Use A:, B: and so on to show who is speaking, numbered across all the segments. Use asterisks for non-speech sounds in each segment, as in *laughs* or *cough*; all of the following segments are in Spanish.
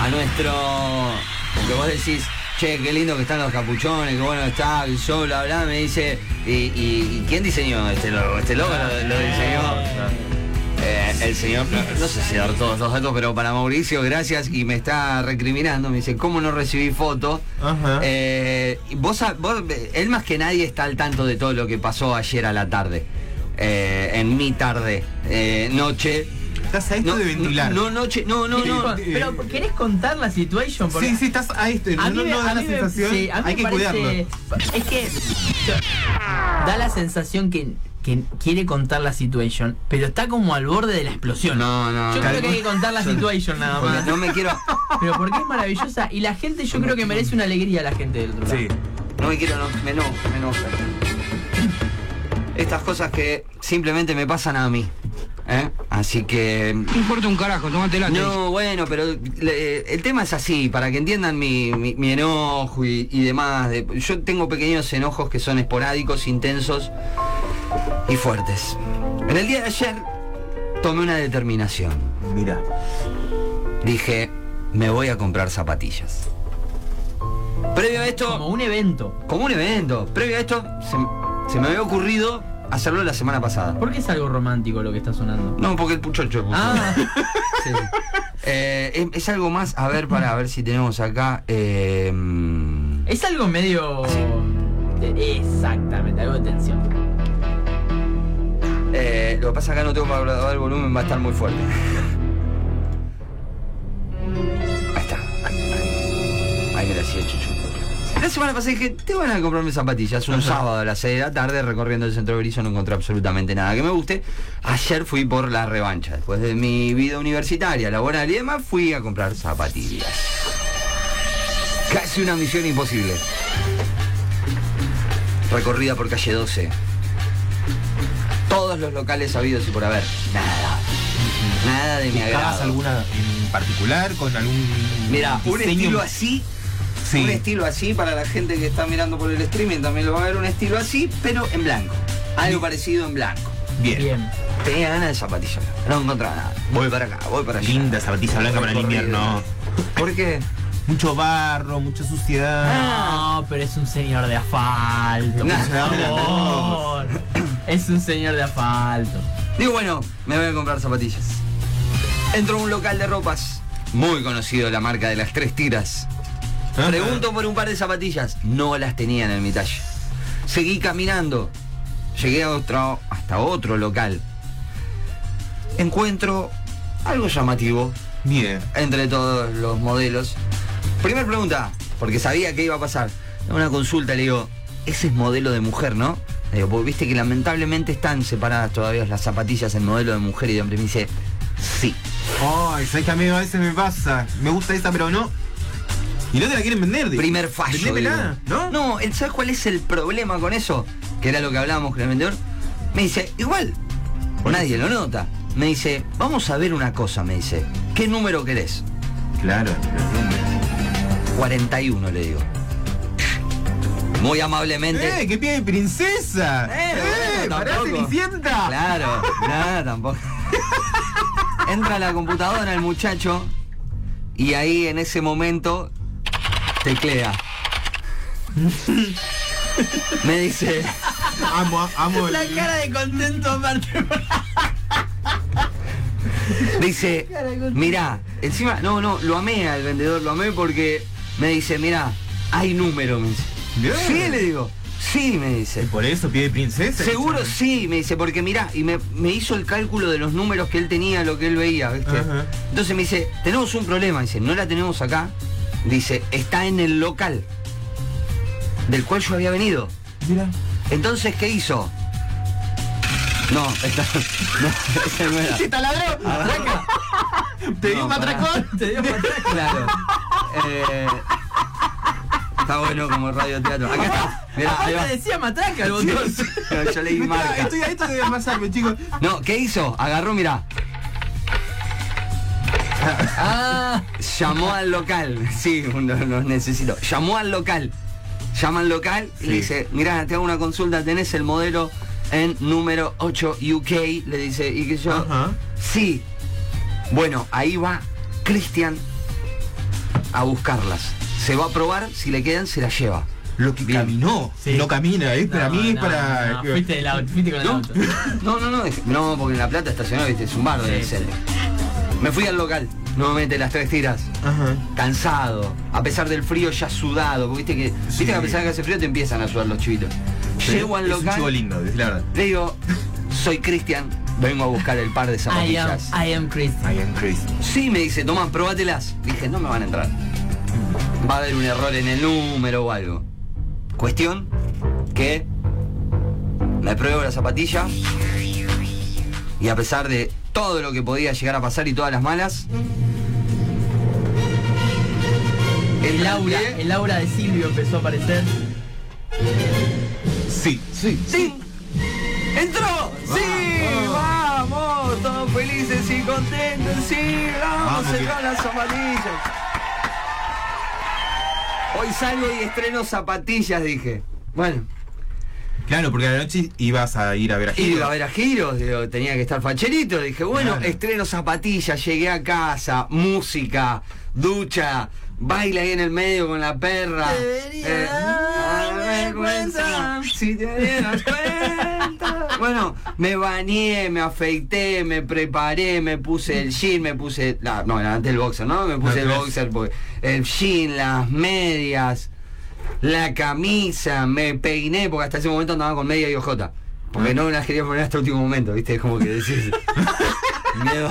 A: a nuestro. Porque vos decís, che, qué lindo que están los capuchones, qué bueno está el sol, bla, bla. Me dice, ¿y, y, y quién diseñó este logo? Este logo lo,
B: Ah,
A: lo diseñó. eh, el señor, no sé si dar todos los datos, pero para Mauricio, gracias, y me está recriminando, me dice, ¿cómo no recibí foto?
B: Ajá.
A: Eh, vos, sa- vos- él más que nadie está al tanto de todo lo que pasó ayer a la tarde, Eh, en mi tarde, eh, noche.
B: Estás a esto de ventilar.
A: No, no, noche, no, no, no.
B: Sí, eh,
C: Pero ¿querés contar la situación? Porque
B: sí, sí, estás a esto. No,
C: a mí
B: no,
C: me-
B: no
C: a
B: da la
C: mí me-
B: sensación.
C: sí, a mí
B: hay
C: me
B: que
C: parece-
B: cuidarlo.
C: Es que yo- da la sensación que, que quiere contar la situación, pero está como al borde de la explosión.
A: No, no,
C: yo creo que
A: calma.
C: hay que contar la situación nada
A: Porque
C: más.
A: No me quiero,
C: Pero porque es maravillosa y la gente yo creo que merece una alegría a la gente del otro lado.
B: Sí.
A: no me quiero, no, me enojo, me enojo. Estas cosas que simplemente me pasan a mí. ¿eh? Así que
D: No importa un carajo, tomate la
A: No, bueno, pero le- el tema es así, para que entiendan mi, mi- mi enojo y, y demás. de- yo tengo pequeños enojos que son esporádicos, intensos y fuertes. En el día de ayer tomé una determinación.
B: Mira.
A: Dije, me voy a comprar zapatillas. Previo a esto,
C: Como un evento.
A: como un evento, previo a esto, se, se me había ocurrido hacerlo la semana pasada.
C: ¿Por qué es algo romántico lo que está sonando?
A: No, porque el puchocho puso. *laughs*
C: Ah,
A: Sí. Eh, es, es algo más, a ver, para ver si tenemos acá. eh, mm,
C: es algo medio. eh, Exactamente, algo de tensión.
A: eh, lo que pasa acá no tengo para graduar el volumen, va a estar muy fuerte. Ahí está. Ahí, ahí me la hacía chuchu. La semana pasada dije, te van a comprarme zapatillas. Un sábado a las 6 de la tarde recorriendo el centro de Berizo no encontré absolutamente nada que me guste. Ayer fui por la revancha. Después de mi vida universitaria, laboral y demás, fui a comprar zapatillas. Casi una misión imposible. Recorrida por calle 12. Todos los locales sabidos y por haber. Nada. Nada de mi
B: ¿Buscabas
A: agrado.
B: alguna en particular con algún.
A: Mira, un
B: diseño?
A: estilo así,
B: Sí.
A: un estilo así para la gente que está mirando por el streaming también lo va a ver un estilo así, pero en blanco. Algo parecido en blanco.
B: Bien.
C: Bien.
A: Tenía ganas de zapatillas, no encontraba nada. Voy para acá, voy para allá.
B: Linda zapatilla blanca para el
A: Recorrido.
B: invierno.
A: ¿Por qué?
B: Mucho barro, mucha
C: Ah,
B: suciedad.
C: No, pero es un señor de asfalto. por favor. Es un señor de asfalto.
A: Digo, bueno, me voy a comprar zapatillas. Entro a un local de ropas, muy conocido la marca de las tres tiras.
B: Ajá.
A: Pregunto por un par de zapatillas, no las tenían en mi talla. Seguí caminando, llegué a otro, hasta otro local. Encuentro algo llamativo
B: Bien.
A: entre todos los modelos. Primera pregunta, porque sabía que iba a pasar. En Una consulta le digo, ese es modelo de mujer, ¿no? Le digo, porque viste que lamentablemente están separadas todavía las zapatillas en modelo de mujer y de hombre. Y Me dice, sí.
B: Ay, sabes que a mí a veces me pasa. Me gusta esa, pero no. Y no te la quieren vender. digo.
A: Primer fallo.
B: Vendémela,
A: digo.
B: ¿no?
A: No, el- ¿sabes cuál es el problema con eso? Que era lo que hablábamos con el vendedor. Me dice, igual,
B: Por
A: nadie lo nota. Me dice, vamos a ver una cosa, me dice. ¿Qué número querés?
B: Claro, los números.
A: 41, le digo. Muy amablemente.
B: ¡Eh! ¡Qué pie de princesa!
A: Eh,
B: ¡Eh!
A: bueno,
B: ¡Pará,
A: tampoco.
B: Cenicienta!
A: Claro, nada, tampoco. Entra a la computadora el muchacho y ahí en ese momento teclea. Me dice,
B: Amo, amo el-
C: La cara de contento aparte.
A: dice,
B: *laughs*
A: mirá, encima, no, no, lo amé al vendedor, lo amé porque me dice, mirá, hay número, me dice.
B: Bien.
A: Sí, le digo, sí, me dice.
B: Por eso, pie de princesa.
A: Seguro sí, me dice, porque mirá, y me, me hizo el cálculo de los números que él tenía, lo que él veía, ¿viste?
B: Ajá.
A: Entonces me dice, tenemos un problema, dice, no la tenemos acá, dice, está en el local del cual yo había venido.
B: Mira.
A: Entonces, ¿qué hizo? No, esta, *laughs* no, esa no era.
B: ¡Te taladró! ¡Atraca! ¡Te dio
A: No,
B: un
A: pará.
B: atracón!
C: Te dio para atrás.
A: Claro. Eh, está bueno como radioteatro. Acá está, mirá, ahí
C: Aparte
A: va.
C: decía matraca el botón.
A: No, yo leí
B: Mirá,
A: marca.
B: Estoy a esto de amasarme, chicos.
A: No, ¿qué hizo? Agarró, mirá.
C: Ah,
A: Llamó al local, sí, los necesito. Llamó al local, llama al local y le dice, mirá, te hago una consulta, tenés el modelo en número 8 UK, le dice, y que yo,
B: Ajá.
A: sí. Bueno, ahí va Cristian a buscarlas. Se va a probar, si le quedan, se las lleva.
B: Lo que
A: Bien.
B: caminó,
C: Sí.
B: no camina, ¿eh? para
C: No,
B: mí es
C: no,
B: para.
C: no, fuiste, del auto, fuiste con el
A: No,
C: auto.
A: *laughs* no, no, no, dejé- no, porque en La Plata estacionó, viste, es un bardo en el
C: Sí, sí.
A: centro. Me fui al local, nuevamente las tres tiras,
B: Ajá.
A: cansado, a pesar del frío ya sudado, porque viste que,
B: Sí.
A: viste que a pesar de que hace frío te empiezan a sudar los chivitos. Llego al
B: es un chico
A: local,
B: lindo, es la verdad.
A: le digo, soy Cristian, vengo a buscar el par de
C: I am,
A: zapatillas.
C: I am Christian.
B: I am crazy.
A: Sí, me dice, Tomás, probátelas. Dije, no me van a entrar. Va a haber un error en el número o algo. Cuestión que me pruebo la zapatilla y a pesar de todo lo que podía llegar a pasar y todas las malas,
C: El
A: entra al
C: aura,
A: pie.
C: el aura de Silvio empezó a aparecer.
B: Sí, sí.
A: ¡Sí! ¡Entró! ¡Sí!
B: Ah,
A: ¡Vamos! Todos felices y contentos. ¡Sí! ¡Vamos!
B: Vamos,
A: ¡Entró
B: bien.
A: las zapatillas! Hoy salgo y estreno zapatillas, dije. Bueno,
B: Claro, porque a la noche ibas a ir a ver a
A: iba a
B: Giro.
A: ver a giros, digo, tenía que estar facherito. Dije, bueno,
B: Claro.
A: estreno zapatillas, llegué a casa, música, ducha, baila ahí en el medio con la perra.
C: Debería
A: dar
C: darme cuenta.
A: Si te dieras cuenta. Bueno, me bañé, me afeité, me preparé, me puse el jean, me puse. la- no, antes el boxer, ¿no? Me puse el
B: tenés.
A: boxer, porque- el jean, las medias, la camisa, me peiné, porque hasta ese momento andaba con media y ojota. Porque no me las quería poner hasta el último momento, ¿viste? Es como que decís. *laughs* miedo.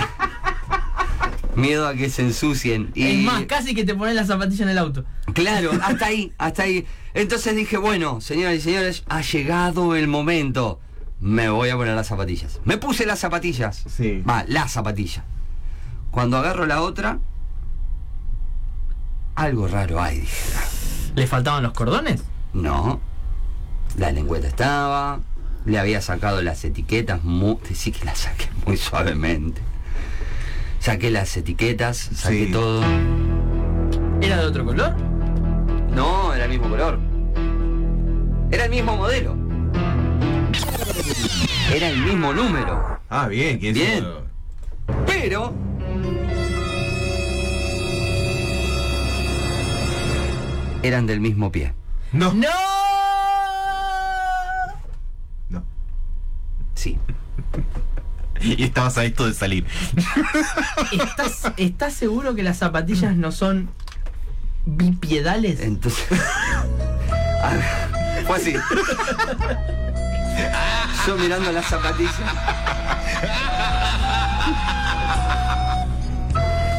A: Miedo a que se ensucien. Y
C: Es más, casi que te pones la zapatilla en el auto.
B: *laughs*
A: Claro, hasta ahí, hasta ahí. Entonces dije, bueno, señoras y señores, ha llegado el momento. Me voy a poner las zapatillas. Me puse las zapatillas.
B: Sí.
A: Va, la zapatilla. Cuando agarro la otra, algo raro hay, dije.
C: ¿Le faltaban los cordones?
A: No. La lengüeta estaba. Le había sacado las etiquetas muy. Sí que las saqué muy suavemente. Saqué las etiquetas, saqué
B: Sí.
A: todo.
C: ¿Era de otro color?
A: No, era el mismo color. Era el mismo modelo. Era el mismo número.
B: Ah, bien, que eso-
A: Bien. Pero. Eran del mismo pie.
B: No.
C: ¡No!
B: No. *laughs*
A: Sí.
B: Y estabas a esto de salir.
C: ¿Estás, ¿Estás seguro que las zapatillas no son bipiedales?
A: Entonces. *laughs* Ah, Fue así. Yo mirando las zapatillas.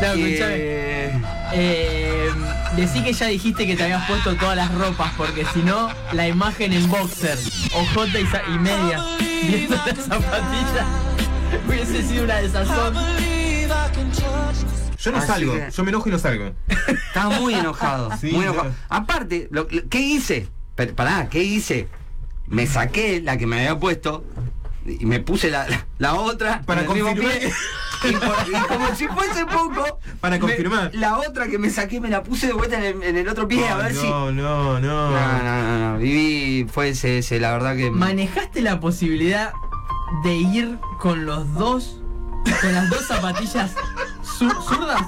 C: Claro,
A: y,
C: Ah, escuchame.
A: eh,
C: Eh, decí que ya dijiste que te habías puesto todas las ropas, porque si no, la imagen en boxer, ojota y, sa- y media, viendo las zapatillas, hubiese sido una desazón.
B: Yo no
A: Así
B: salgo,
A: que-
B: yo me enojo y no salgo.
A: Estaba muy enojado.
B: Sí,
A: muy
B: no.
A: enojado. Aparte, lo- lo- ¿qué hice? Per- pará, ¿qué hice? Me saqué la que me había puesto y me puse la, la- la otra.
B: Para
A: en el mismo
B: confirmar.
A: pie. Y, por- y como si fuese poco.
B: Para
A: me-
B: confirmar.
A: la otra que me saqué me la puse de vuelta en el, en el otro pie a
B: Oh,
A: ver
B: no,
A: si.
B: no, no,
A: No, no, no, no. Viví, fue ese, ese, la verdad que.
C: ¿Manejaste la posibilidad de ir con los dos, con las dos zapatillas zu- zurdas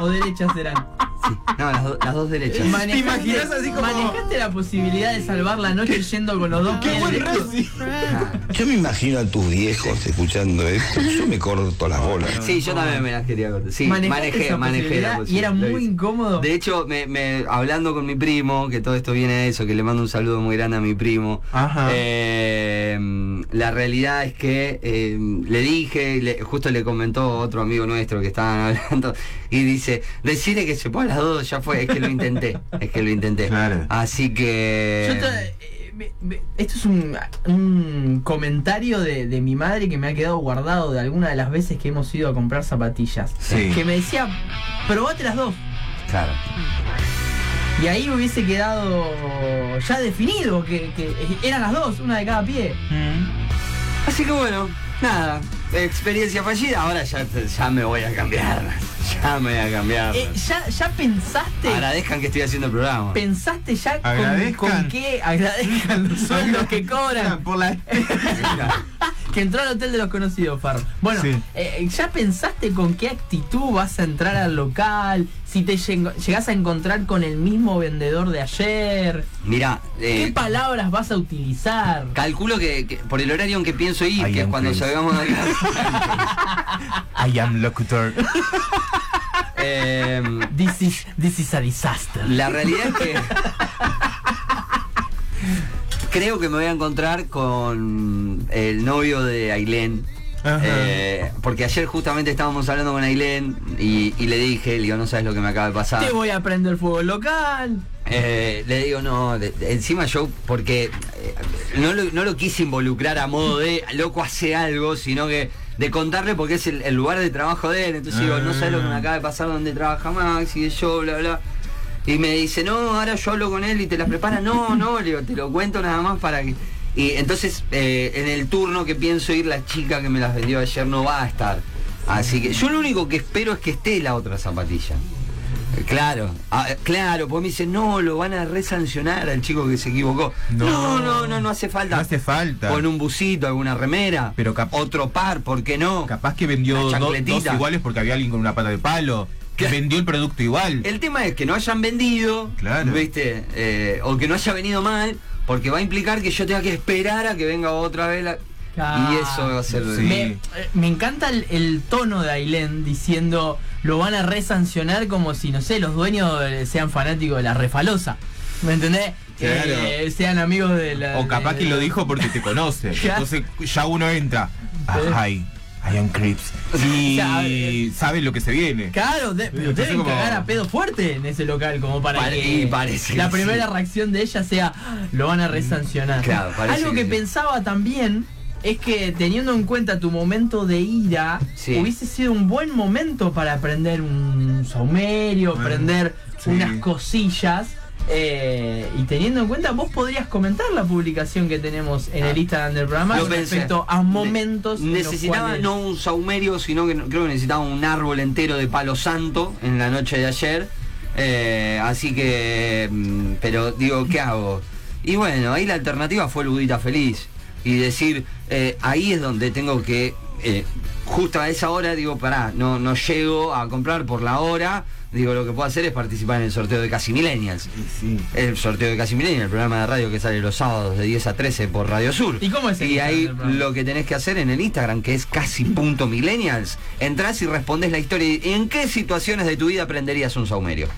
C: o derechas serán?
A: Sí. No, las, do- las dos derechas.
C: ¿Manejaste,
B: imaginas así como-
C: manejaste la posibilidad de salvar la noche yendo con los dos
B: ¡Qué
C: pies
B: buen
C: derechos?
B: Rossi!
A: Ah,
D: Yo me imagino a tus viejos escuchando esto. Yo me corto las bolas.
A: Sí, yo también me las quería cortar. Sí,
C: Manejaste
A: manejé,
C: esa
A: manejé la
C: posibilidad y era
A: posibilidad.
C: muy incómodo.
A: De hecho, me, me- hablando con mi primo, que todo esto viene de eso, que le mando un saludo muy grande a mi primo.
B: Ajá.
A: eh, la realidad es que eh, le dije, le- justo le comentó otro amigo nuestro que estaban *laughs* hablando, y dice, decirle que se ponga las dos, ya fue, es que lo intenté, es que lo intenté.
B: Claro.
A: Así que...
C: Yo te- eh, me- me- esto es un, un comentario de, de mi madre que me ha quedado guardado de alguna de las veces que hemos ido a comprar zapatillas.
B: Sí.
C: Que me decía, probate las dos.
A: Claro.
C: Y ahí hubiese quedado ya definido que, que eran las dos, una de cada pie.
A: Así que bueno, nada, experiencia fallida, ahora ya, ya me voy a cambiar, *laughs* ya me voy a cambiar.
C: Eh, ya, ya pensaste,
A: Agradezcan que estoy haciendo el programa.
C: pensaste ya con,
B: Agradezcan.
C: con qué
B: *laughs*
C: agradezcan los sueldos que cobran.
A: *laughs*
B: Por la...
C: Que entró al hotel de los conocidos, Farro. Bueno,
B: Sí.
C: eh, ¿ya pensaste con qué actitud vas a entrar al local? si te lleg- llegás a encontrar con el mismo vendedor de ayer.
A: Mirá, eh,
C: ¿Qué palabras vas a utilizar?
A: calculo que, que por el horario en que pienso ir,
B: Ahí
A: que es
B: en
A: cuando
B: Queens.
A: salgamos de
B: *laughs*
A: acá.
B: I am locutor.
A: em,
C: This is, this is a disaster.
A: La realidad es que. Creo que me voy a encontrar con el novio de Ailén.
B: Ajá.
A: Eh, porque ayer justamente estábamos hablando con Ailén y, y le dije, le digo, no sabes lo que me acaba de pasar.
C: Te voy a prender fuego local.
A: Eh, le digo, no, de- de- encima yo, porque eh, no, lo, no lo quise involucrar a modo de loco hace algo, sino que de contarle porque es el, el lugar de trabajo de él. Entonces digo, no sé lo que me acaba de pasar donde trabaja Max y yo, bla, bla. Y me dice, no, ahora yo hablo con él y te las prepara. No, no, le digo, te lo cuento nada más para que. Y entonces, eh, en el turno que pienso ir, la chica que me las vendió ayer no va a estar. Así que yo lo único que espero es que esté la otra zapatilla. Eh, Claro, ah, eh, claro, pues me dicen, no, lo van a resancionar al chico que se equivocó. No,
B: No.
A: no, no, no, hace falta.
B: No hace falta.
A: Con un bucito, alguna remera,
B: Pero cap-
A: otro par, ¿por qué no?
B: Capaz que vendió
A: Una
B: do- dos
A: chancletita.
B: iguales porque había alguien con una pata de palo. Que
A: Claro.
B: vendió el producto igual.
A: El tema es que no hayan vendido,
B: Claro.
A: ¿viste? Eh, o que no haya venido mal, porque va a implicar que yo tenga que esperar a que venga otra vez la-
C: Ah.
A: Y eso va a ser...
B: Sí.
C: Me, eh, me encanta el, el tono de Ailén diciendo lo van a resancionar como si, no sé, los dueños eh, sean fanáticos de la refalosa. ¿Me entendés?
B: Claro.
C: Eh, sean amigos de la.
B: O capaz
C: de-
B: que lo dijo porque te conoce.
C: Ya.
B: Entonces ya uno entra.
A: Eh.
B: Ay, I
A: *laughs*
B: am Crips.
C: Ya,
B: Y
C: eh.
B: sabe lo que se viene.
C: Claro, de- pero
B: Entonces,
C: deben
B: como-
C: cagar a pedo fuerte en ese local, como para
A: Pare-
C: que
A: y parece
C: la
A: que
C: primera
A: sí. Mm,
C: reacción de ella sea "Ah, lo van a resancionar.
A: Claro, parece
C: Algo que,
A: que sí.
C: pensaba también es que teniendo en cuenta tu momento de ira,
A: Sí.
C: hubiese sido un buen momento para aprender un saumerio,
B: Bueno,
C: aprender
B: sí.
C: unas cosillas. eh, y teniendo en cuenta, vos podrías comentar la publicación que tenemos en
A: Ah.
C: el Instagram del programa
A: Lo
C: con
A: pensé.
C: respecto a momentos. en los
A: necesitaba
C: cuales-
A: no un saumerio, sino que no- creo que necesitaba un árbol entero de palo santo en la noche de ayer. Eh, así que, mm, pero digo, ¿qué hago? Y bueno, ahí la alternativa fue Ludita Feliz. Y decir, eh, ahí es donde tengo que, eh, justo a esa hora, digo, pará, no, no llego a comprar por la hora. Digo, lo que puedo hacer es participar en el sorteo de Casi Millennials. El sorteo de Casi Milenio, el programa de radio que sale los sábados de 10 a 13 por Radio Sur.
C: ¿Y cómo es el
A: Y
C: Instagram
A: ahí
C: del programa?
A: lo que tenés que hacer en el Instagram, que es casi.millennials, entrás y respondés la historia. ¿En qué situaciones de tu vida aprenderías un saumerio?